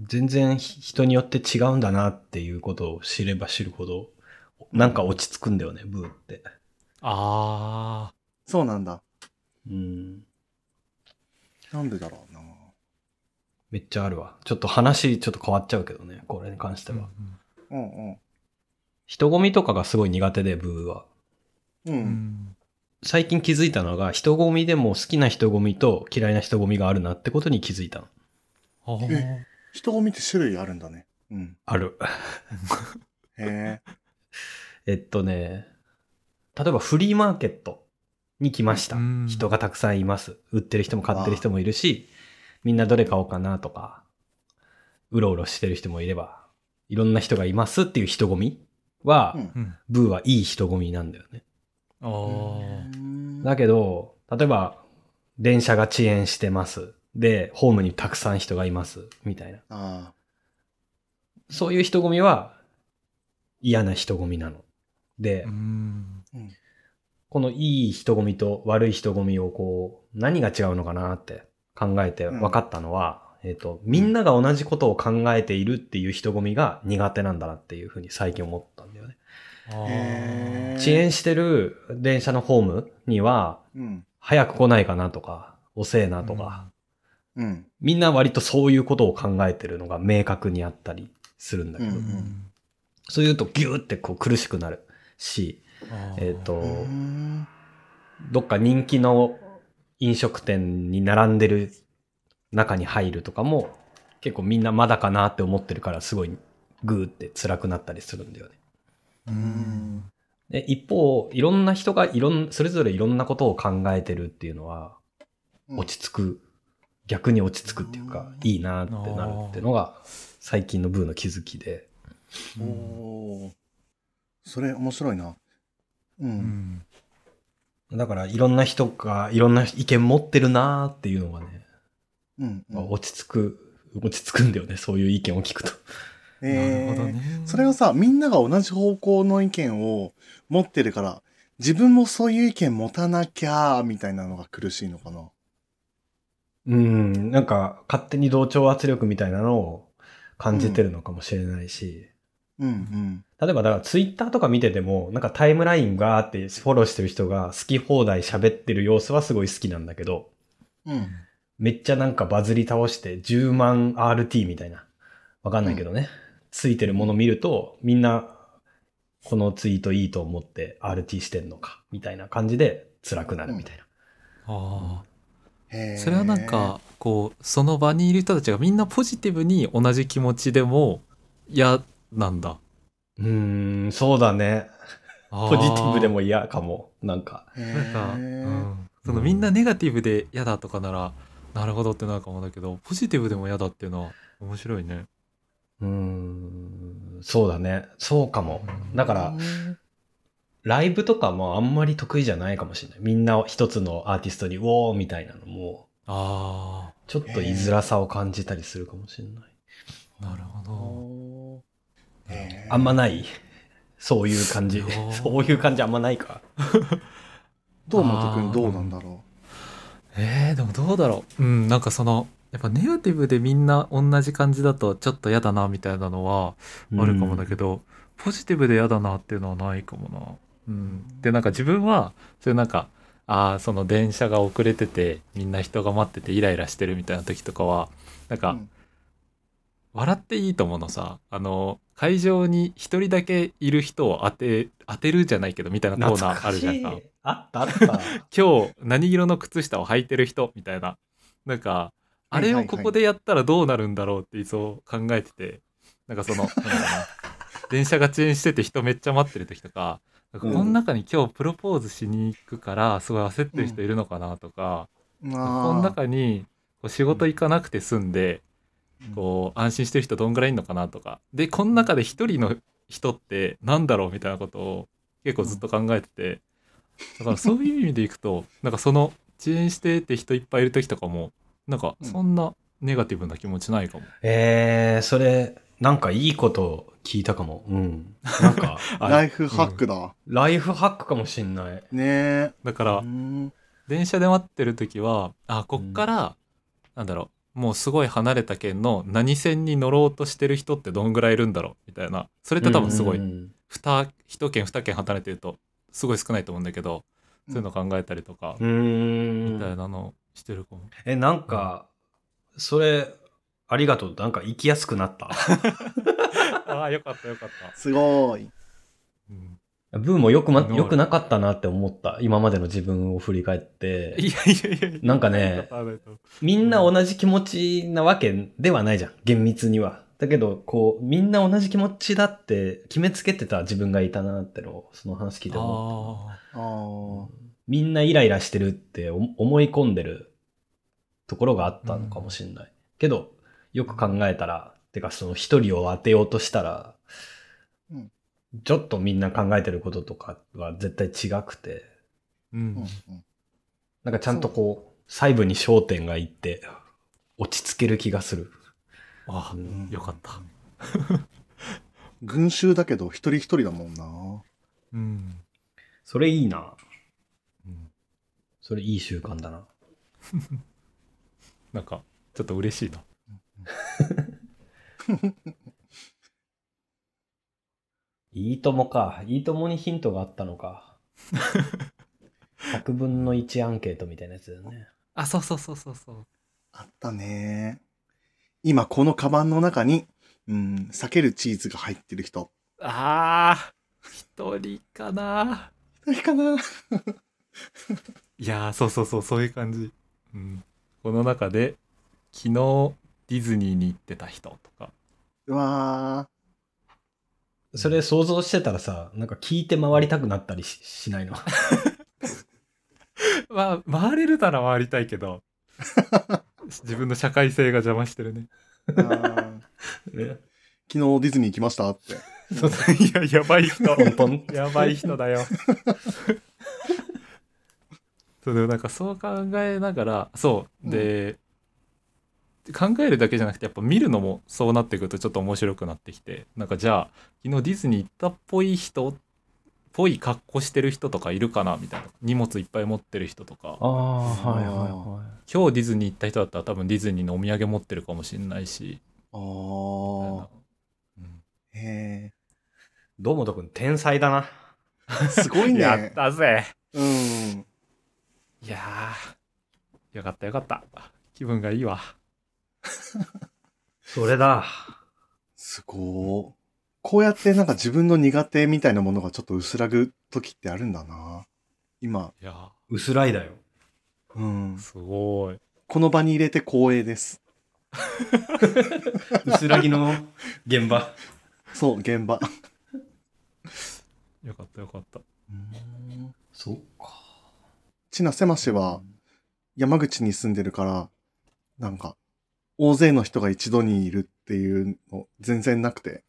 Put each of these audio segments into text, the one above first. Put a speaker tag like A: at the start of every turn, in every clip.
A: 全然ひ人によって違うんだなっていうことを知れば知るほど、なんか落ち着くんだよね、ブーって。
B: あ
C: そうなんだ。
A: うん。
C: なんでだろうな。
A: めっちゃあるわ。ちょっと話ちょっと変わっちゃうけどね、これに関して
B: ー
A: は。
C: うんうん。
A: 人混みとかがすごい苦手で、ブーは。
C: う。
B: うんん。
A: 最近気づいたのが、人混みでも好きな人混みと嫌いな人混みがあるなってことに気づいたの。
B: あー
C: え人混みって種類あるんだね。うん。
A: ある。
C: へえ。
A: えっとね、例えばフリーマーケットに来ました
B: う。ん
A: 人がたくさんいます。売ってる人も買ってる人もいるし、みんなどれ買おうかなとか、うろうろしてる人もいれば、いろんな人がいますっていう人混みは、
C: うん
B: うん。
A: ブーはいい人混みなんだよね。
B: あー
A: だけど、例えば、電車が遅延してます。で、ホームにたくさん人がいます。みたいな。
C: あ
A: そういう人混みは嫌な人混みなの。で、
B: うん。
A: このいい人混みと悪い人混みをこう、何が違うのかなって考えて分かったのは、えっ、と、みんなが同じことを考えているっていう人混みが苦手なんだなっていうふうに最近思ったんだよね。
B: あ
C: あ。
B: ー
C: へえ。
A: 遅延してる電車のホームには、
C: うん。
A: 早く来ないかなとか、遅えなとか、
C: うん。
A: みんな割とそういうことを考えてるのが明確にあったりするんだけど、
C: うん
A: そういうとギューってこう苦しくなるし、
B: あ
A: え
B: ー
A: っ、と
C: う、ん。
A: どっか人気の飲食店に並んでる中に入るとかも、結構みんなまだかなって思ってるから、すごいグーって辛くなったりするんだよね。
B: う。
C: うんん。
A: で一方、いろんな人がいろん、それぞれいろんなことを考えてるっていうのは、
C: うん
A: 落ち着く、逆に落ち着くっていうか、
C: うん
A: いいなってなるっていうのが、最近のブーの気づきで。
C: おおー。それ面白いな。
B: う
C: う。
B: んん。
A: だからいろんな人がいろんな意見持ってるなーっていうのがね、
C: うん。うん
A: 落ち着く、落ち着くんだよね、そういう意見を聞くと。
C: え
B: なるほどね。
C: それはさ、みんなが同じ方向の意見を持ってるから、自分もそういう意見持たなきゃ、みたいなのが苦しいのかな。
A: うん、なんか勝手に同調圧力みたいなのを感じてるのかもしれないし、
C: うん
A: 例えばだからツイッターとか見てても、なんかタイムラインがーってフォローしてる人が好き放題喋ってる様子はすごい好きなんだけど、
C: うん。うん。
A: めっちゃなんかバズり倒して10万 RT みたいな。わかんないけどね。ついてるもの見ると、みんな、このツイートいいと思って RT してんのか、みたいな感じで辛くなるみたいな。
B: あ
C: へ
B: あ。
C: ー
B: それはなん、か、こう、その場にいる人たちがみんなポジティブに同じ気持ちでも嫌なんだ。
A: うーん、そうだね。
B: ポ
A: ポジティブでも嫌かも。なんか。
B: なんか、う
C: へー
B: ん、そのみんなネガティブで嫌だとかなら、なるほどってなるかもだけどポジティブでも嫌だっていうのは面白いね。
A: うーん、そうだね。そうかも。だから、ライブとかもあんまり得意じゃないかもしれない。みんな一つのアーティストに、ウォーみたいなのも、
B: あ
A: ちょっと居づらさを感じたりするかもしれない。
B: あなるほ
C: おーへー
A: あんまないそういう感じ
B: いや。ー
A: そういう感じあんまないか。
C: どうもとくんどうなんだろ
B: ど。えー、でもどうだろう。うんなんかそのやっぱネガティブでみんな同じ感じだとちょっと嫌だなみたいなのはあるかもだけど、ポジティブで嫌だなっていうのはないかもな。うん、でなんか自分はそれなんかあーその電車が遅れててみんな人が待っててイライラしてるみたいな時とかはなん
C: う。
B: か、
C: うん
B: 笑っていいと思うのさあの会場に一人だけいる人を当て当てるじゃないけどみたいなコーナーあるじゃん
A: ん
B: か
A: あったあ った。
B: 今日何色の靴下を履いてる人みたいななんかあれをここでやったらどうなるんだろうっていつも考えててなんかそ のなんだろうな電車が遅延してて人めっちゃ待ってる時とかなんかこの中に今日プロポーズしに行くからすごい焦ってる人いるのかなとか、この
C: まあ、
B: 中にこう仕事行かなくて済んで、こう安心してる人どんぐらいいるのかなとかでこの中で一人の人ってなんだろうみたいなことを結構ずっと考えててだからそういう意味でいくとなんかその遅延してって人いっぱいいる時とかもなんかそんなネガティブな気持ちないかも。
A: えー、それ、なんかいいこと聞いたかも。うん。なんか、
B: あ
C: ライフハックだ。
A: ライフハックかもしんない。
C: ねえ。
B: だから
C: うん
B: 電車で待ってる時はあこっから、なんだろうもうすごい離れた県の何線に乗ろうとしてる人ってどんぐらいいるんだろうみたいなそれって多分すごい
A: うん
B: 2一県2県離れてるとすごい少ないと思うんだけどそういうの考えたりとか
A: うんうん。
B: み
A: う
B: た
A: ー
B: い
A: ん。
B: なのしてるかも。
A: え、なんか、それ、ありがとう。なんか行きやすくなった。
B: ああよかったよかった。
C: すごい。
B: うん
A: ブーもよくま、
B: 能力
A: よくなかったなって思った。今までの自分を振り返っ
B: い
A: て。
B: やいやいや
A: なんかねみんな同じ気持ちなわけではないじゃん。厳密には。だけど、こう、みんな同じ気持ちだって決めつけてた自分がいたなってのを、その話聞いて思った。
B: ああ
C: ああ。
A: みんなイライラしてるって思思い込んでるところがあったのかもしれない。けど、よく考えたら、てかその一人を当てようとしたら、
C: うん
A: ちょっとみんな考えてることとかは絶対違くて、
B: う
C: うん
B: ん
C: うん
A: なんかちゃんとこう、細部に焦点がいって、落ち着ける気がする。
B: あ
A: うん
B: ーよかった。
C: 群衆だけど一人一人だもんな。
B: うん
A: それいいな。
B: うん
A: それいい習慣だな。
B: なんかちょっと嬉しいな。
A: いいともか。いいともにヒントがあったの か。100分の1アンケートみたいなやつだよね。
B: あそうそうそうそうそう。
C: あったね。今このカバンの中に、うん、避けるチーズが入ってる人。
B: ああ一人かな。
C: 一人かない
B: やーそうそうそうそういう感じ、うん、この中で昨日ディズニーに行ってた人とか
C: うわ
A: それ想像してたらさ、なんか聞いて回りたくなったりしし ないの。
B: まあ回れるなら回りたいけ ど自分の社会性が邪魔してるね
C: ーあー昨日ディズニー行きましたって。
A: そう
B: いややばい人
A: ポンポン。
B: やばい人だよそうでもなんかそう考えながらそうで、考えるだけじゃなくてやっぱ見るのもそうなってくるとちょっと面白くなってきてなんかじゃあ昨日ディズニー行ったっぽい人っぽい格好してる人とかいるかなみたいな荷物いっぱい持ってる人とか
A: ああ、はいはいは
B: 今日ディズニー行った人だったら多分ディズニーのお土産持ってるかもしれないしみたい
C: ああ
B: な。うん
A: い。
C: へえ。
A: どうもとくん、天才だな。
C: すご い
B: や
C: ね
B: っ。たぜ
C: うん。
B: いやーよかったよかった気分がいいわ
A: それだ。
C: すごー。こうやってなんか自分の苦手みたいなものがちょっと薄らぐ時ってあるんだな。今、
B: いやー
A: 薄らいだよ。
C: うん。
B: すごい。
C: この場に入れて光栄です。
A: 薄らぎ の現場。
C: そう、現場。
B: よかったよかった。
C: うん
A: そっか。
C: ちなせましは山口に住んでるから、なんか、大勢の人が一度にいるっていうの全然なく て。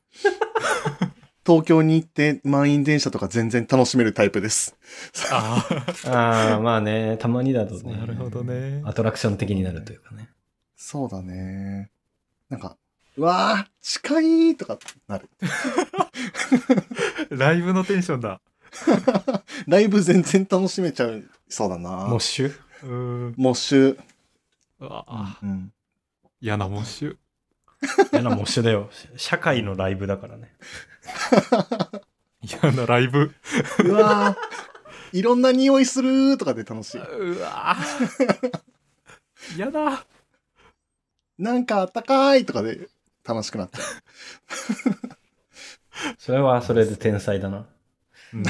C: 東京に行って満員電車とか全然楽しめるタイプです。
B: ああ、
A: ああ、まあね、たまにだとね。
B: なるほど。ね。
A: アトラクション的になるというかね。
C: そうだね。なんか、うわー、近いとかなる。
B: ライブのテンションだ。
C: ライブ全然楽しめちゃう。そうだな。
A: モッシュ
B: うーん。
C: モッシュ。
B: うわあ、
C: うん。
B: 嫌なモッシュ。
A: 嫌なモッシュだよ。社会のライブだからね。
B: 嫌なライブ。
C: うわー、いろんな匂いするーとかで楽しい。
B: うわあ。 嫌だ。
C: なんかあったかいとかで楽しくなっちゃう。
A: それはそれで天才だな。
B: うん